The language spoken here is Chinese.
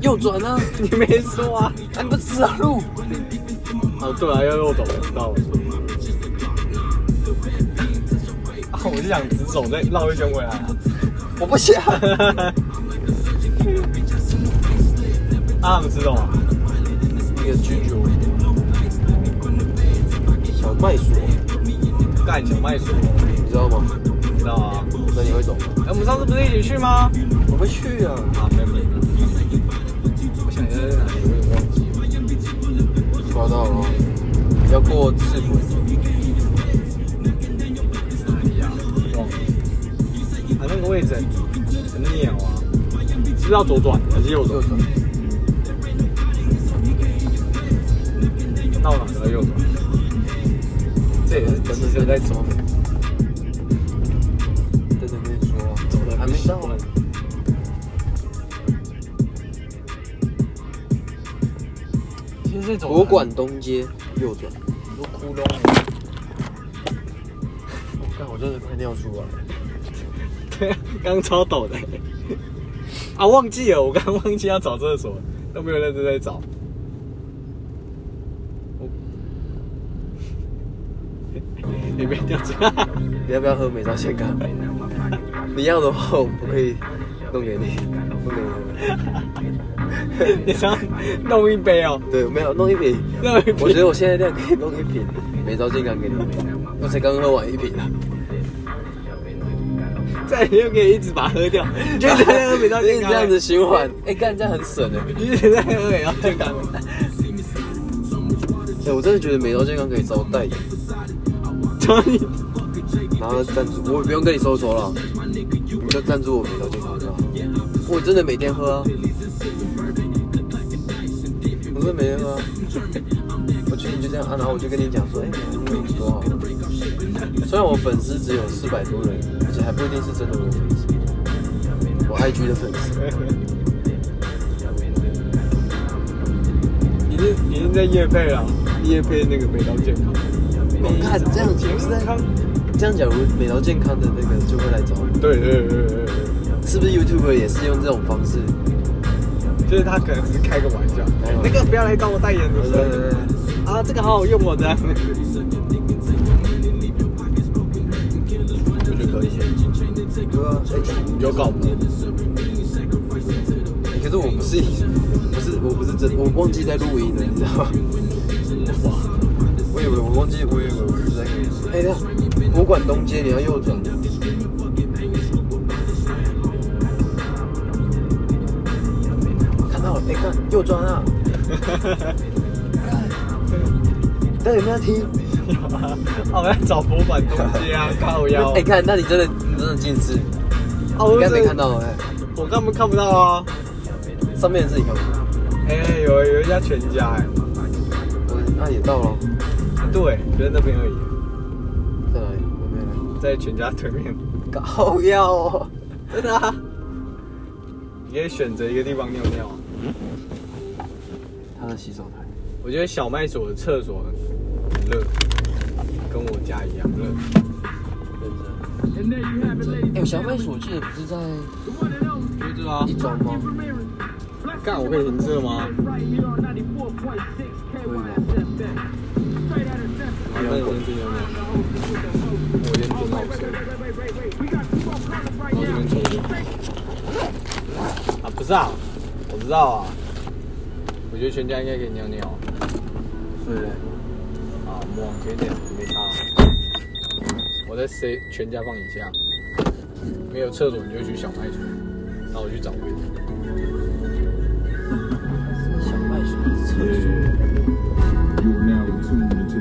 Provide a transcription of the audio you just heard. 右转啊！你没说啊？哎，不是啊，路。哦，对啊，要右转，我知道了。啊，我就想直走，再绕一圈回来啊。我不想。啊，不直走啊？你的居酒，小麦所，干小麦说，你知道吗？你知道啊？那你会走吗？哎，我们上次不是一起去吗？我会去啊。啊，没有没有。我想一下在哪里，我有点忘记了。抓到了，要过赤鬼，哪里啊？忘了。啊，那个位置很很鸟啊。是不是要左转还是右右转，转？到哪都要右转。这也是真的是在走，在那边说，走的还没到啊。现在走博物馆东街右转。都窟窿了。看，我真的快尿出来了。对， 刚超抖的。啊，忘记了，我刚忘记要找厕所，都没有认真在找。我 你别掉出来。你要不要喝美少鲜咖啡？你要的话，我可以弄给你，弄给你。 你想弄一杯哦？对，没有弄一瓶。弄一杯我觉得我现在量可以弄一 瓶美少健康给你，我才刚喝完一瓶啊。这样你就可以一直把它喝掉， 你就一直在喝美到健一直康。 这样子，循环，哎、干这样很省哎、 你一直在喝 美到健康。哎、我真的觉得美少健康可以招代言，找你然后赞助，我也不用跟你收酬了，你就赞助我美少健康就好。我真的每天喝啊，我真的每天喝、啊。我去你就这样啊，然后我就跟你讲说，哎、你们有多好。虽然我粉丝只有四百多人，而且还不一定是真的我的粉丝，我 IG 的粉丝。已经已经在夜配了，夜配那个美到健康。我看这样子是在健康。这样，假如美劳健康的那个就会来找我，对对对对对，是不是 YouTuber 也是用这种方式？就是他可能只是开个玩笑，那个不要来找我代言，对不对？啊，这个好好用哦，我的。我觉得可以，对啊，有搞头。哎可是我不是，不是，我不是真，我忘记在录音了，你知道吗？我以为我忘记，我以为我是在。哎、等一下博物馆东街你要右转，看到了，哎、看右转啊！但有没有听？啊，我在找博板东西啊，靠腰。哎、看，那你真的，你真的近视，啊，你我应该没看，到哎、我根本看不到啊。上面的字你看不到。哎、有有一家全家哎、我那也到了，对，就在那边而已，在哪里？我没来。在全家对面。高腰哦，真的啊？你可以选择一个地方尿尿啊。他的洗手台。我觉得小麦所的厕所很热，跟我家一样热。哎、小麦所记得不是在就知道一庄吗？干我可以停这吗？可以吗？我认真去尿尿。我先蹲到车，然后这边抽烟。啊，不是啊，我知道啊。我觉得全家应该可以尿尿啊。对。啊，我们往前一点，没差啊。我在谁全家放一下，没有厕所你就去小卖所，然后我去找位置。